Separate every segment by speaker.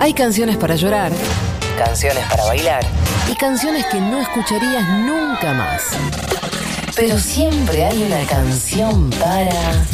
Speaker 1: Hay canciones para llorar
Speaker 2: Canciones para bailar.
Speaker 1: y canciones que no escucharías nunca más.
Speaker 2: Pero siempre hay una canción para.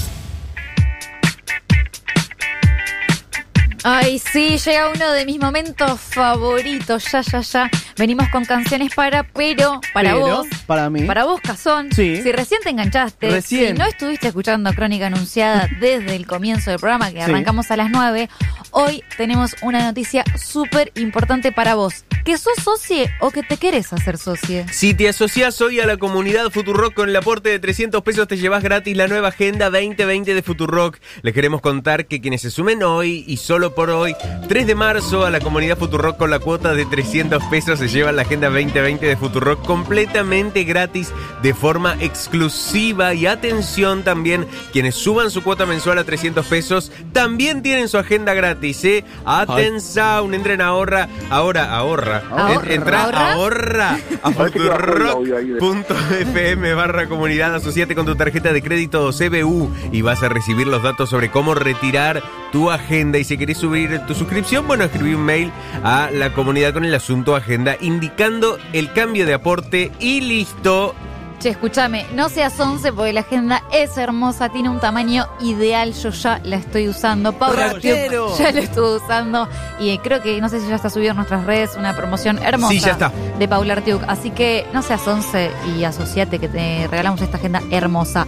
Speaker 3: Ay, sí, llega uno de mis momentos favoritos. Ya, ya, ya. Venimos con canciones para, pero, para
Speaker 4: Pero,
Speaker 3: vos.
Speaker 4: Para mí.
Speaker 3: Para vos, Cazón,
Speaker 4: Sí.
Speaker 3: si recién te enganchaste,
Speaker 4: Recién.
Speaker 3: si no estuviste escuchando Crónica Anunciada desde el comienzo del programa, que
Speaker 4: Sí.
Speaker 3: arrancamos a las 9, hoy tenemos una noticia súper importante para vos. Que sos socie o que te querés hacer socie.
Speaker 5: Si te asocias hoy a la comunidad Futurock con el aporte de 300 pesos te llevas gratis la nueva Agenda 2020 de Futurock. Les queremos contar que quienes se sumen hoy y solo por hoy, 3 de marzo a la comunidad Futurock con la cuota de 300 pesos se llevan la Agenda 2020 de Futurock completamente gratis de forma exclusiva y atención también quienes suban su cuota mensual a 300 pesos también tienen su agenda gratis, ¿eh? Atención, entren a ahorra, ahora ahorra,
Speaker 3: Ahorra.
Speaker 5: entra
Speaker 3: Ahorra.
Speaker 5: ahorra a
Speaker 6: Parece que bajó el audio ahí de-
Speaker 5: futurock.fm barra comunidad. Asociate con tu tarjeta de crédito o CBU y vas a recibir los datos sobre cómo retirar tu agenda. Y si querés subir tu suscripción, bueno, escribí un mail a la comunidad con el asunto agenda indicando el cambio de aporte y listo.
Speaker 3: Che, escúchame, no seas 11 porque la agenda es hermosa, tiene un tamaño ideal, yo ya la estoy usando. Paula
Speaker 4: ¡Ratero!
Speaker 3: ya la estuve usando y eh, creo que, no sé si ya está subido en nuestras redes, una promoción hermosa
Speaker 5: Sí, ya está.
Speaker 3: de Paula Artiuk. Así que no seas 11 y asociate que te regalamos esta agenda hermosa.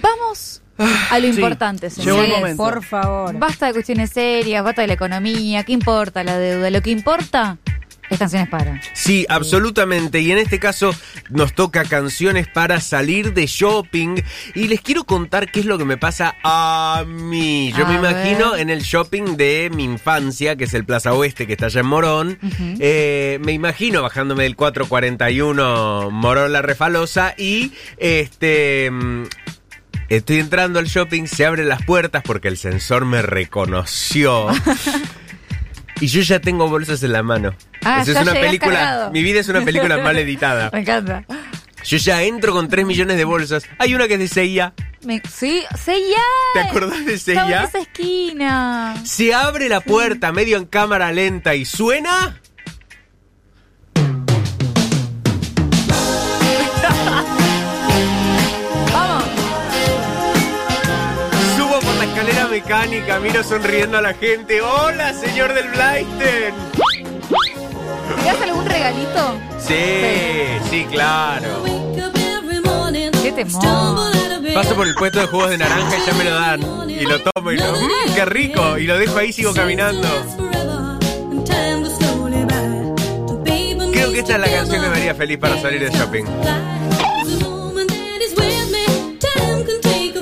Speaker 3: Vamos a lo
Speaker 4: Ah, sí.
Speaker 3: importante,
Speaker 4: Llegó
Speaker 3: señores.
Speaker 4: el momento.
Speaker 7: Por favor.
Speaker 3: Basta de cuestiones serias, basta de la economía, ¿qué importa la deuda? Lo que importa es canciones para.
Speaker 5: Sí, absolutamente. Y en este caso nos toca canciones para salir de shopping. Y les quiero contar qué es lo que me pasa a mí. Yo
Speaker 3: A
Speaker 5: me
Speaker 3: ver.
Speaker 5: imagino en el shopping de mi infancia, que es el Plaza Oeste, que está allá en Morón.
Speaker 3: Ujú.
Speaker 5: Eh, me imagino bajándome del 441 Morón La Refalosa y este... mm, Estoy entrando al shopping, se abren las puertas porque el sensor me reconoció. y yo ya tengo bolsas en la mano.
Speaker 3: Ah,
Speaker 5: Eso
Speaker 3: ya
Speaker 5: es una
Speaker 3: llegás
Speaker 5: película.
Speaker 3: cargado.
Speaker 5: Mi vida es una película mal editada.
Speaker 3: Me encanta.
Speaker 5: Yo ya entro con 3 millones de bolsas. Hay una que es de Seiya.
Speaker 3: Me- sí, Seiya.
Speaker 5: ¿Te acordás de
Speaker 3: Estaba en
Speaker 5: Seiya?
Speaker 3: esa esquina.
Speaker 5: Se abre la puerta medio en cámara lenta y suena.
Speaker 3: Vamos.
Speaker 5: Subo por la escalera mecánica, miro sonriendo a la gente. ¡Hola, señor del Blaisten!
Speaker 3: ¿Tirás algún regalito?
Speaker 5: Sí, sí, claro.
Speaker 3: Qué temor.
Speaker 5: Paso por el puesto de jugos de naranja y ya me lo dan. Y lo tomo y lo. ¡Mmm, qué rico! Y lo dejo ahí y sigo caminando.
Speaker 8: Creo que esta es la canción que me haría feliz para salir de shopping.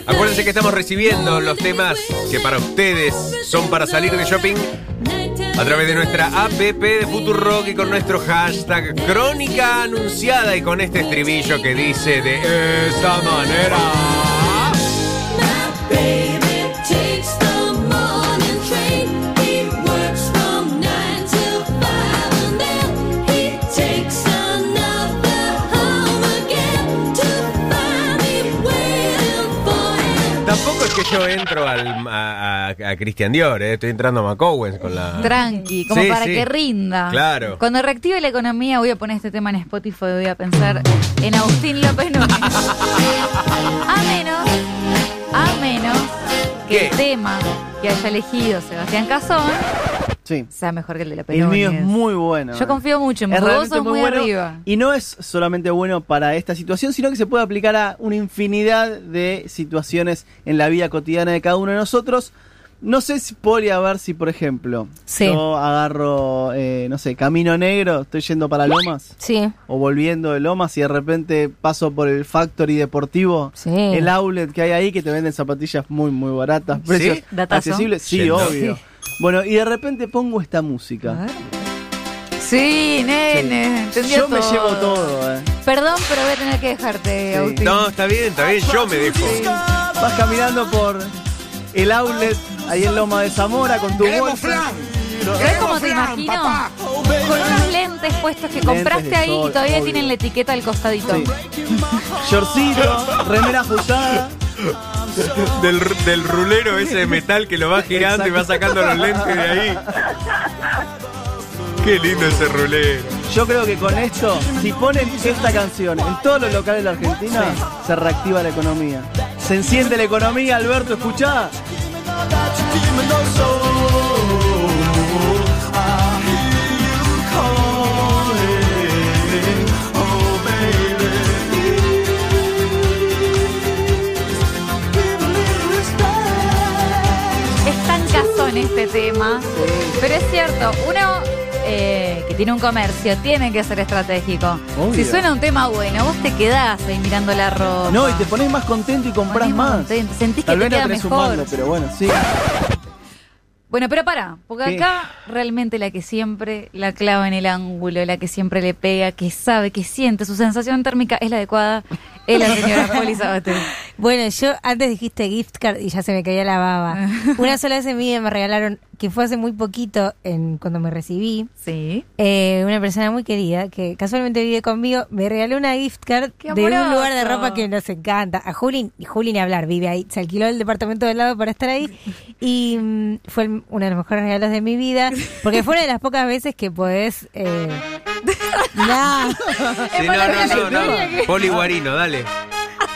Speaker 5: Acuérdense que estamos recibiendo los temas que para ustedes son para salir de shopping a través de nuestra app de Futurock y con nuestro hashtag Crónica Anunciada y con este estribillo que dice de esta manera. Tampoco es que yo entro al, a, a- a Christian Dior, eh, estoy entrando a McOwens con la...
Speaker 3: Tranqui, como
Speaker 5: Sí,
Speaker 3: para
Speaker 5: sí.
Speaker 3: que rinda.
Speaker 5: Claro.
Speaker 3: Cuando reactive la economía, voy a poner este tema en Spotify y voy a pensar en Agustín López Núñez. a menos, a menos que el
Speaker 5: ¿Qué?
Speaker 3: tema que haya elegido Sebastián Cazón
Speaker 4: Sí.
Speaker 3: sea mejor que el de López
Speaker 4: El mío es
Speaker 3: Núñez.
Speaker 4: muy bueno. eh.
Speaker 3: Yo confío mucho en
Speaker 4: Es
Speaker 3: vos,
Speaker 4: realmente
Speaker 3: sos muy
Speaker 4: bueno,
Speaker 3: arriba.
Speaker 4: Y no es solamente bueno para esta situación, sino que se puede aplicar a una infinidad de situaciones en la vida cotidiana de cada uno de nosotros. No sé si podría ver si, por ejemplo,
Speaker 7: Sí.
Speaker 4: yo agarro, eh, no sé, Camino Negro, estoy yendo para Lomas
Speaker 7: Sí.
Speaker 4: o volviendo de Lomas y de repente paso por el Factory Deportivo,
Speaker 7: Sí.
Speaker 4: el outlet que hay ahí que te venden zapatillas muy, muy baratas, precios
Speaker 3: Datazo.
Speaker 4: accesibles. Sí,
Speaker 5: Yendo.
Speaker 4: obvio. Bueno, y de repente pongo esta música.
Speaker 3: Sí, nene, entendí
Speaker 4: Yo me llevo todo, eh.
Speaker 3: Perdón, pero voy a tener que dejarte,
Speaker 4: Sí.
Speaker 3: Agustín.
Speaker 5: No, está bien, está bien, yo me dejo.
Speaker 4: Vas caminando por el outlet ahí en Loma de Zamora con tu bolsa.
Speaker 3: ¿Sabes cómo te imagino? Con unos lentes puestos que
Speaker 4: Lentes
Speaker 3: compraste
Speaker 4: de
Speaker 3: ahí y
Speaker 4: sol,
Speaker 3: todavía
Speaker 4: obvio.
Speaker 3: tienen la etiqueta al costadito.
Speaker 4: Sí. Shortcito, remera ajustada.
Speaker 5: del, ru- del rulero ese de metal que lo va girando y va sacando los lentes de ahí. Qué lindo ese rulero.
Speaker 4: Yo creo que con esto, si ponen esta canción en todos los locales de la Argentina, se reactiva la economía. Se enciende la economía, Alberto, escuchá.
Speaker 3: Es tan cazón este tema. Pero es cierto, uno eh, que tiene un comercio tiene que ser estratégico.
Speaker 4: Obvio.
Speaker 3: Si suena un tema bueno, vos te quedás ahí mirando la ropa.
Speaker 4: No, y te pones más contento y compras
Speaker 3: Ponés
Speaker 4: más.
Speaker 3: contento, sentís que
Speaker 4: Tal
Speaker 3: te
Speaker 4: vez no
Speaker 3: queda
Speaker 4: tenés un
Speaker 3: mejor.
Speaker 4: mango, pero bueno, sí.
Speaker 3: Bueno, pero pará, porque
Speaker 4: ¿Qué?
Speaker 3: acá realmente la que siempre la clava en el ángulo, la que siempre le pega, que sabe, que siente, su sensación térmica es la adecuada, es la señora Poli Sabater.
Speaker 6: Bueno, yo antes dijiste gift card y ya se me caía la baba. Una sola vez en mi vida me regalaron, que fue hace muy poquito, en, cuando me recibí,
Speaker 3: Sí.
Speaker 6: eh, una persona muy querida que casualmente vive conmigo, me regaló una gift card
Speaker 3: ¡Qué
Speaker 6: de un lugar de
Speaker 3: amoroso!
Speaker 6: ropa que nos encanta. A Julin, y Julin ni hablar, vive ahí, se alquiló el departamento del lado para estar ahí y mm, fue el- uno de los mejores regalos de mi vida, porque fue una de las pocas veces que podés... Eh, nah.
Speaker 5: Sí, no, no, no, no. Poli Guarino, dale.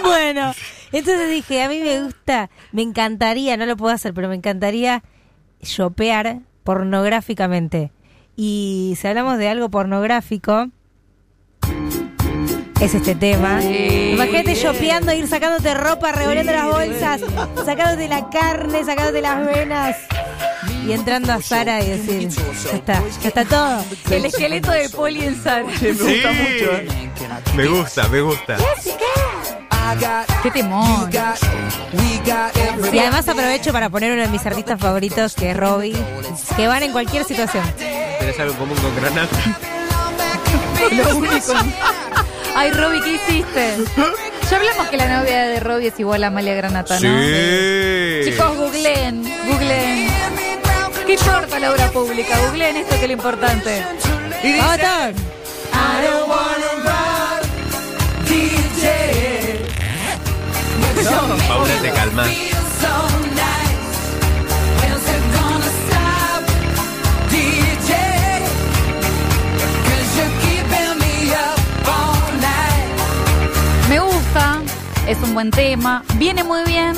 Speaker 6: Bueno, entonces dije, a mí me gusta, me encantaría, no lo puedo hacer, pero me encantaría shopear pornográficamente. Y si hablamos de algo pornográfico, es este tema. Imagínate shopeando, ir sacándote ropa, revolviendo las bolsas, sacándote la carne, sacándote las venas. Y entrando a Sara y decir, ya está, ya está todo.
Speaker 3: El esqueleto de Poli en Sara.
Speaker 4: Che, me gusta
Speaker 5: Sí.
Speaker 4: mucho, eh.
Speaker 5: Me gusta, me gusta.
Speaker 3: Qué temón.
Speaker 6: Y además aprovecho para poner uno de mis artistas favoritos, que es Robbie, que van en cualquier situación.
Speaker 5: Tenés algo en común con Granata.
Speaker 3: Ay, Robbie, ¿qué hiciste? Ya hablamos que la novia de Robbie es igual a Amalia Granata, ¿no?
Speaker 5: Sí.
Speaker 3: Chicos, googleen, googleen. ¿Qué importa la obra pública? Googleen esto que es lo importante.
Speaker 6: Y ¡Vamos, todos!
Speaker 5: Paula te calma.
Speaker 3: Me gusta, es un buen tema, viene muy bien,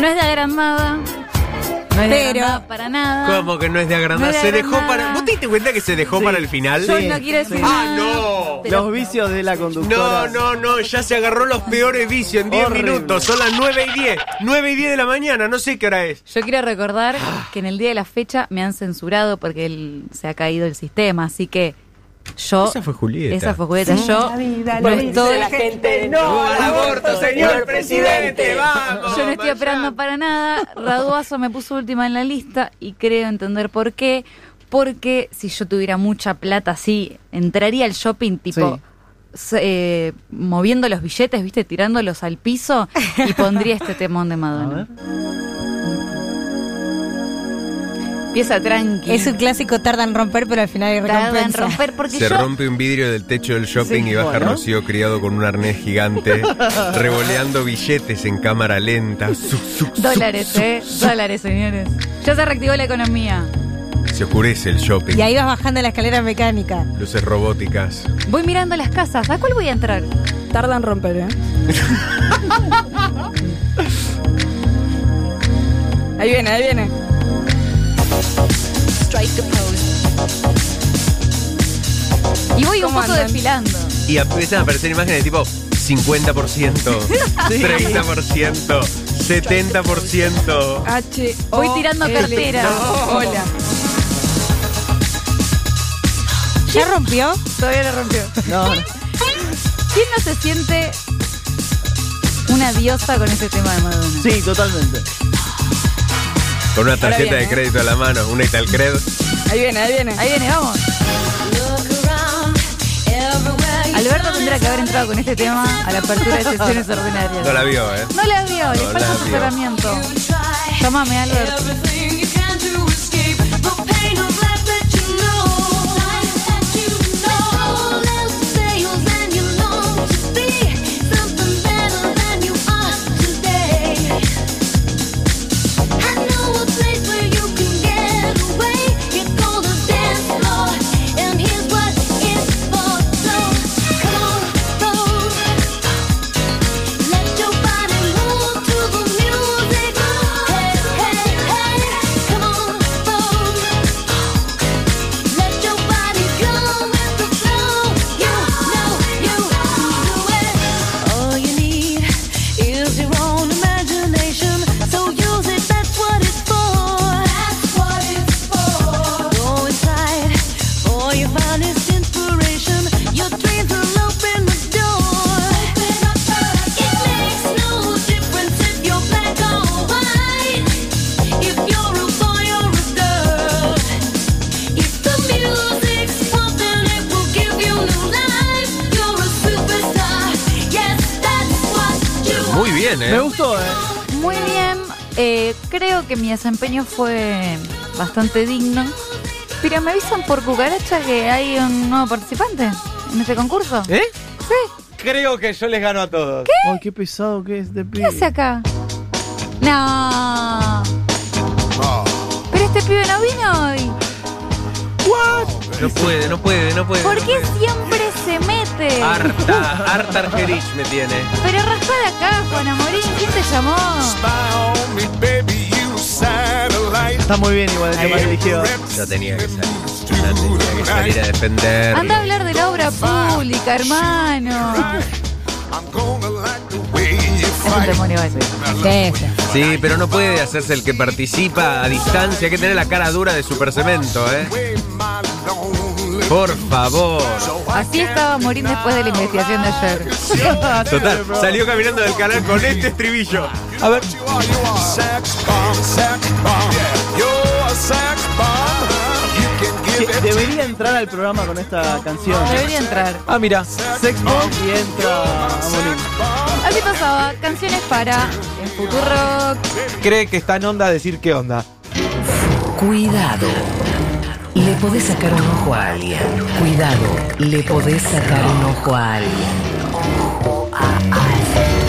Speaker 3: no es de agrandada, no es de
Speaker 6: Pero-
Speaker 3: agrandada para nada.
Speaker 5: ¿Cómo que no es de agrandar?
Speaker 3: No es de
Speaker 5: Se dejó
Speaker 3: agrandar.
Speaker 5: para. ¿Vos te diste cuenta que se dejó para el final?
Speaker 3: Yo no quiero decir
Speaker 5: Ah,
Speaker 3: nada,
Speaker 5: no.
Speaker 3: pero-
Speaker 4: Los vicios de la
Speaker 5: No,
Speaker 4: conductora.
Speaker 5: no, no, ya se agarró los peores vicios en 10
Speaker 4: Horrible.
Speaker 5: minutos. Son las 9 y 10. 9 y 10 de la mañana, no sé qué hora es.
Speaker 3: Yo quiero recordar
Speaker 5: Ah.
Speaker 3: que en el día de la fecha me han censurado porque el- se ha caído el sistema, así que yo...
Speaker 5: Esa fue Julieta.
Speaker 3: Esa fue Julieta. Yo no estoy,
Speaker 5: ¡No al aborto, señor presidente! ¡Vamos!
Speaker 3: yo no estoy operando para nada. Raduazo me puso última en la lista y creo entender por qué. Porque si yo tuviera mucha plata así, entraría al shopping tipo...
Speaker 4: Sí.
Speaker 3: se- eh, moviendo los billetes, viste, tirándolos al piso y pondría este temón de Madonna. Pieza tranqui.
Speaker 6: Es un clásico, tarda en romper, pero al final hay
Speaker 3: Tarda
Speaker 6: recompensa.
Speaker 3: en romper porque
Speaker 5: Se
Speaker 3: yo
Speaker 5: rompe un vidrio del techo del shopping
Speaker 4: Sí,
Speaker 5: y baja
Speaker 4: bueno.
Speaker 5: Rocío criado con un arnés gigante, revoleando billetes en cámara lenta. Su, su, su,
Speaker 3: Dólares,
Speaker 5: su.
Speaker 3: ¿eh? Dólares, señores. Ya se reactivó la economía.
Speaker 5: Se oscurece el shopping.
Speaker 6: Y ahí vas bajando la escalera mecánica.
Speaker 5: Luces robóticas.
Speaker 3: Voy mirando las casas. ¿A cuál voy a entrar?
Speaker 6: Tarda en romper, ¿eh? ahí viene, ahí viene.
Speaker 3: Y voy un
Speaker 6: ¿Cómo
Speaker 3: poco
Speaker 6: andan?
Speaker 3: desfilando.
Speaker 5: Y empiezan a aparecer imágenes de tipo 50%, 30%, 70%.
Speaker 6: H.
Speaker 3: Voy tirando carteras.
Speaker 6: Hola. ¿Ya rompió?
Speaker 3: Todavía no rompió.
Speaker 4: No, no.
Speaker 3: ¿Quién no se siente una diosa con este tema de Madonna?
Speaker 4: Sí, totalmente.
Speaker 5: Con una tarjeta
Speaker 6: bien,
Speaker 5: de
Speaker 6: ¿eh?
Speaker 5: crédito a la mano, una Italcred.
Speaker 6: Ahí viene, ahí viene.
Speaker 3: Ahí viene, vamos. Alberto tendrá que haber entrado con este tema a la apertura de sesiones ordinarias.
Speaker 5: No la vio, ¿eh?
Speaker 3: No la vio, le
Speaker 5: No
Speaker 3: falta
Speaker 5: la vio.
Speaker 3: asesoramiento. Llámame, Alberto.
Speaker 8: Something better than you are today.
Speaker 5: bien, ¿eh?
Speaker 4: Me gustó, ¿eh?
Speaker 3: Muy bien, eh, creo que mi desempeño fue bastante digno. Pero me avisan por cucaracha que hay un nuevo participante en este concurso.
Speaker 5: ¿Eh?
Speaker 3: Sí.
Speaker 8: Creo que yo les gano a todos.
Speaker 4: Ay, qué pesado que es de
Speaker 3: ¿Qué hace acá? No. Pero este pibe no vino hoy.
Speaker 5: No puede, no puede, no puede.
Speaker 3: ¿Por
Speaker 5: no
Speaker 3: qué
Speaker 5: puede.
Speaker 3: siempre se mete?
Speaker 5: Harta, harta Argerich me tiene.
Speaker 3: Pero raspa de acá, Juan Amorín, ¿quién te llamó?
Speaker 4: Está muy bien igual el tema que eligió.
Speaker 5: Yo tenía que salir. Yo tenía que salir a defender.
Speaker 3: Anda a hablar de la obra pública, hermano. Es un demonio ese.
Speaker 6: Sí, sí.
Speaker 5: Sí, pero no puede hacerse el que participa a distancia. Hay que tener la cara dura de super cemento, ¿eh? Por favor.
Speaker 3: Así estaba Morín después de la investigación de ayer.
Speaker 5: Total, salió caminando del canal con este estribillo.
Speaker 4: A ver, que- debería entrar al programa con esta canción.
Speaker 3: Debería entrar.
Speaker 4: Ah, mira, Sex Bomb y entra Amorín.
Speaker 3: Así pasaba, canciones para el Futurock.
Speaker 8: Cree que está en onda decir qué onda.
Speaker 2: Cuidado. Le podés sacar un ojo a alguien. Cuidado. Le podés sacar un ojo a alguien. Ojo a alguien.